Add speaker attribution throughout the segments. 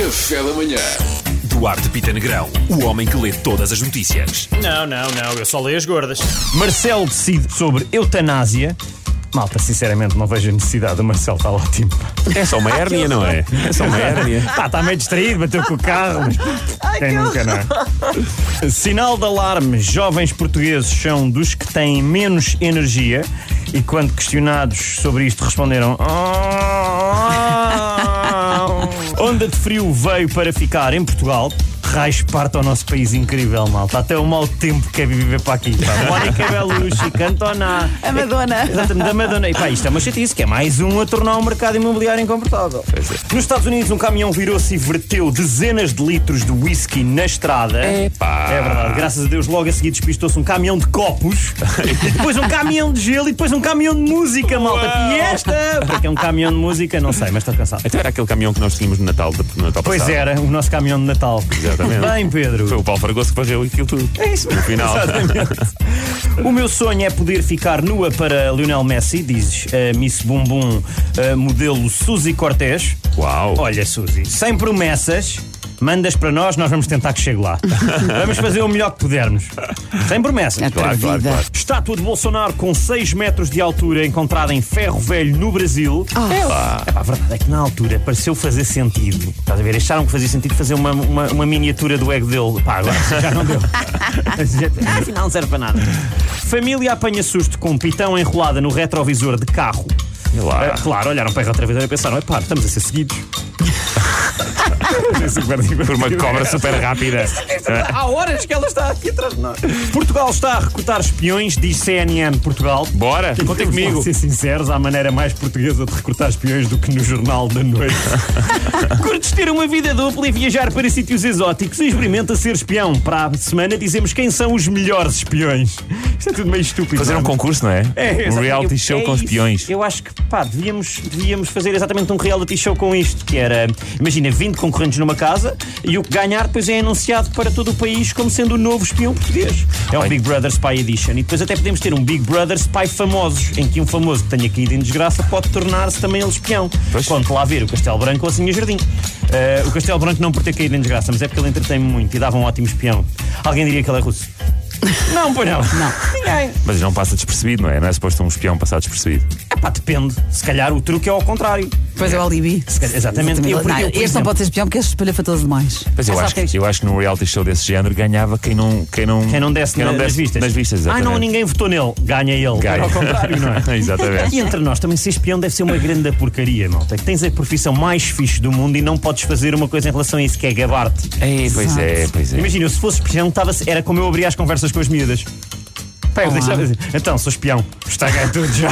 Speaker 1: Café da manhã.
Speaker 2: Duarte Pita Negrão, o homem que lê todas as notícias.
Speaker 3: Não, não, não, eu só leio as gordas.
Speaker 4: Marcelo decide sobre eutanásia. Malta, sinceramente, não vejo a necessidade. O Marcelo está ótimo.
Speaker 2: É só uma hérnia, não é? É só uma hérnia.
Speaker 4: Está tá meio distraído, bateu com o carro. Mas... Quem nunca, não é? Sinal de alarme: jovens portugueses são dos que têm menos energia e, quando questionados sobre isto, responderam. "Ah." Onda de frio veio para ficar em Portugal. Raios parte ao nosso país incrível, malta. Até o mau tempo que é viver para aqui. pá. Mónica Belucci, Cantona.
Speaker 5: A Madonna.
Speaker 4: Exatamente, da Madonna. E pá, isto é uma chatice, que é mais um a tornar o mercado imobiliário incomportável.
Speaker 2: é.
Speaker 4: Nos Estados Unidos, um caminhão virou-se e verteu dezenas de litros de whisky na estrada.
Speaker 2: Epá.
Speaker 4: É verdade. Graças a Deus, logo a seguir despistou-se um caminhão de copos, e depois um caminhão de gelo e depois um caminhão de música, malta. Fiesta! Porque é um caminhão de música, não sei, mas estou cansado.
Speaker 2: Então era aquele caminhão que nós tínhamos no Natal, de, no Natal
Speaker 4: Pois
Speaker 2: passado.
Speaker 4: era, o nosso caminhão de Natal.
Speaker 2: Exatamente.
Speaker 4: Bem, Pedro.
Speaker 2: Foi o Paulo Fragoso que fazia aquilo tudo.
Speaker 4: É isso
Speaker 2: No final. um-
Speaker 4: O meu sonho é poder ficar nua para Lionel Messi, dizes a Miss Bumbum, eh, modelo Suzy Cortez.
Speaker 2: Uau.
Speaker 4: Olha, Suzy, sem promessas, mandas para nós, nós vamos tentar que chegue lá. vamos fazer o melhor que pudermos. Sem promessas.
Speaker 5: Atrevida.
Speaker 4: Estátua de Bolsonaro com 6 metros de altura encontrada em ferro velho no Brasil. É pá, a verdade é que na altura pareceu fazer sentido. Estás a ver? Acharam que fazia sentido fazer uma, uma, uma miniatura do ego dele. Pá, agora já não deu. Ah, Afinal não serve para nada. Família apanha susto com um pitão enrolada no retrovisor de carro.
Speaker 2: E lá.
Speaker 4: Ah, claro, olharam para a retrovisor e pensaram: é pá, estamos a ser seguidos.
Speaker 2: Por uma cobra super rápida.
Speaker 4: Há horas que ela está aqui atrás de nós. Portugal está a recrutar espiões, diz CNN Portugal.
Speaker 2: Bora, contem comigo.
Speaker 4: Vamos ser sinceros, há maneira mais portuguesa de recrutar espiões do que no Jornal da Noite. Curtes ter uma vida dupla e viajar para sítios exóticos? Experimenta ser espião. Para a semana dizemos quem são os melhores espiões. Isto é tudo meio estúpido.
Speaker 2: Fazer
Speaker 4: não
Speaker 2: um
Speaker 4: é?
Speaker 2: concurso, não é?
Speaker 4: É,
Speaker 2: um
Speaker 4: exatamente.
Speaker 2: reality
Speaker 4: Eu-
Speaker 2: show
Speaker 4: é
Speaker 2: com
Speaker 4: isso.
Speaker 2: espiões.
Speaker 4: Eu acho que, pá, devíamos, devíamos fazer exatamente um reality show com isto, que era, imagina, 20 concorrentes numa casa e o que ganhar depois é anunciado para todo o país como sendo o novo espião português. É o
Speaker 2: Bem.
Speaker 4: Big Brother Spy Edition. E depois até podemos ter um Big Brother Spy famosos, em que um famoso que tenha caído em desgraça pode tornar-se também ele espião.
Speaker 2: Pois.
Speaker 4: Quando lá ver o Castelo Branco ou a Sinha Jardim. Eh, o Castelo Branco não por ter caído em desgraça, mas é porque ele entretém muito e dava um ótimo espião. Alguém diria que ele é russo. Não, pois não. Não. Ninguém.
Speaker 2: Mas não passa despercebido, não é? Não é suposto um espião passar despercebido.
Speaker 4: Epá, depende. Se calhar o truque é ao contrário.
Speaker 5: Pois é o Alibi.
Speaker 4: calhar- exatamente. Eu, por-
Speaker 5: Não,
Speaker 4: eu, por
Speaker 5: este não
Speaker 4: exemplo-
Speaker 5: pode ser espião porque este espalha fatores demais.
Speaker 2: Mas eu acho, que, eu acho que num reality show desse género ganhava quem não. Quem não,
Speaker 4: Quem não desce,
Speaker 2: quem
Speaker 4: na-
Speaker 2: não
Speaker 4: nas
Speaker 2: desce
Speaker 4: vistas.
Speaker 2: Nas vistas,
Speaker 4: ah,
Speaker 2: exatamente.
Speaker 4: não, ninguém votou nele. Ganha ele.
Speaker 2: Ganha.
Speaker 4: Era Ao contrário, não é?
Speaker 2: Exatamente.
Speaker 4: E entre nós, também ser espião deve ser uma grande porcaria, malta. É que tens a profissão mais fixe do mundo e não podes fazer uma coisa em relação a isso, que é gabar-te.
Speaker 2: Ei, pois é, pois é.
Speaker 4: Imagina, eu se fosse espião, tava era como eu abria as conversas com as miúdas. Pá, eu deixava dizer, Então, sou espião. Está a ganhar tudo já.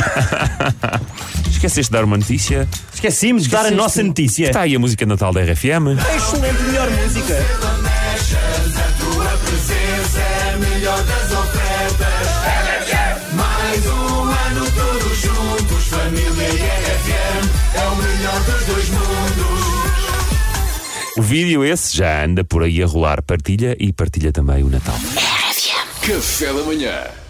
Speaker 2: Esqueceste de dar uma notícia?
Speaker 4: Esquecemos de dar a nossa notícia.
Speaker 2: Está aí a música de Natal da RFM.
Speaker 4: Excelente, melhor música.
Speaker 2: O vídeo esse já anda por aí a rolar. Partilha e partilha também o Natal.
Speaker 1: Café da manhã.